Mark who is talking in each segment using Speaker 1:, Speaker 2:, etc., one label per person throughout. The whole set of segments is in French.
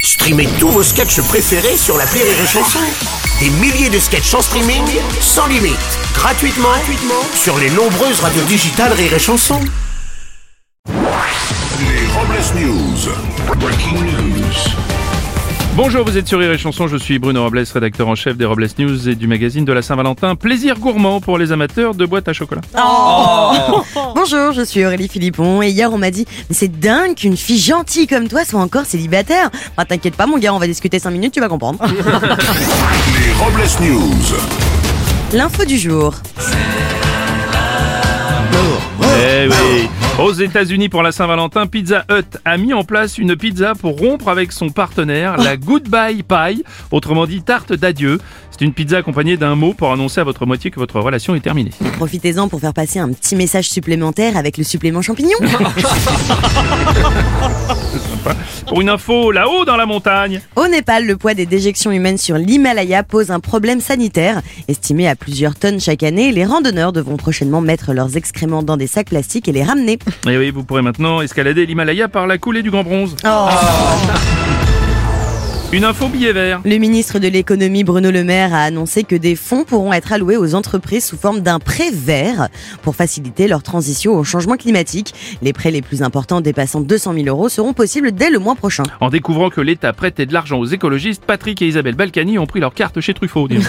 Speaker 1: Streamez tous vos sketchs préférés sur la Rire et Chanson. Des milliers de sketchs en streaming, sans limite, gratuitement, gratuitement sur les nombreuses radios digitales Rire et Chanson.
Speaker 2: Les Robles News. Breaking news.
Speaker 3: Bonjour, vous êtes sur Rire et Chanson, je suis Bruno Robles, rédacteur en chef des Robles News et du magazine de la Saint-Valentin. Plaisir gourmand pour les amateurs de boîtes à chocolat.
Speaker 4: Bonjour, je suis Aurélie Philippon et hier on m'a dit mais c'est dingue qu'une fille gentille comme toi soit encore célibataire. Bah t'inquiète pas mon gars, on va discuter 5 minutes, tu vas comprendre.
Speaker 2: Les Robles News.
Speaker 4: L'info du jour.
Speaker 3: Eh oui. Aux États-Unis pour la Saint-Valentin, Pizza Hut a mis en place une pizza pour rompre avec son partenaire, la Goodbye Pie, autrement dit tarte d'adieu. C'est une pizza accompagnée d'un mot pour annoncer à votre moitié que votre relation est terminée.
Speaker 4: Profitez-en pour faire passer un petit message supplémentaire avec le supplément champignon.
Speaker 3: Pour une info, là-haut dans la montagne,
Speaker 4: Au Népal, le poids des déjections humaines sur l'Himalaya pose un problème sanitaire. Estimé à plusieurs tonnes chaque année, les randonneurs devront prochainement mettre leurs excréments dans des sacs plastiques et les ramener.
Speaker 3: eh oui, vous pourrez maintenant escalader l'Himalaya par la coulée du Grand Bronze. Une info billet vert.
Speaker 4: Le ministre de l'économie Bruno Le Maire a annoncé que des fonds pourront être alloués aux entreprises sous forme d'un prêt vert pour faciliter leur transition au changement climatique. Les prêts les plus importants dépassant 200 000 euros seront possibles dès le mois prochain.
Speaker 3: En découvrant que l'État prêtait de l'argent aux écologistes, Patrick et Isabelle Balkany ont pris leur carte chez Truffaut. dis donc.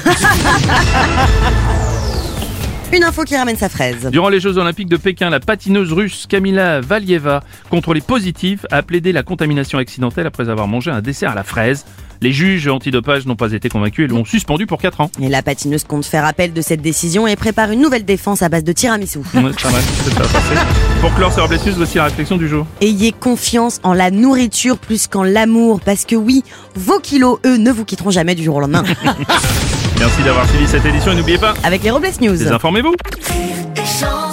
Speaker 4: Une info qui ramène sa fraise.
Speaker 3: Durant les Jeux Olympiques de Pékin, la patineuse russe Kamila Valieva, contrôlée positive, a plaidé la contamination accidentelle après avoir mangé un dessert à la fraise. Les juges antidopage n'ont pas été convaincus et l'ont suspendue pour 4 ans.
Speaker 4: Et la patineuse compte faire appel de cette décision et prépare une nouvelle défense à base de tiramisu.
Speaker 3: Ouais, c'est pas mal, c'est pas passé. Pour clore sur blessure, voici la réflexion du jour.
Speaker 4: Ayez confiance en la nourriture plus qu'en l'amour, parce que oui, vos kilos, eux, ne vous quitteront jamais du jour au lendemain.
Speaker 3: Merci d'avoir suivi cette édition et n'oubliez pas,
Speaker 4: Avec les Robles News.
Speaker 3: désinformez-vous.
Speaker 5: rire et chanson.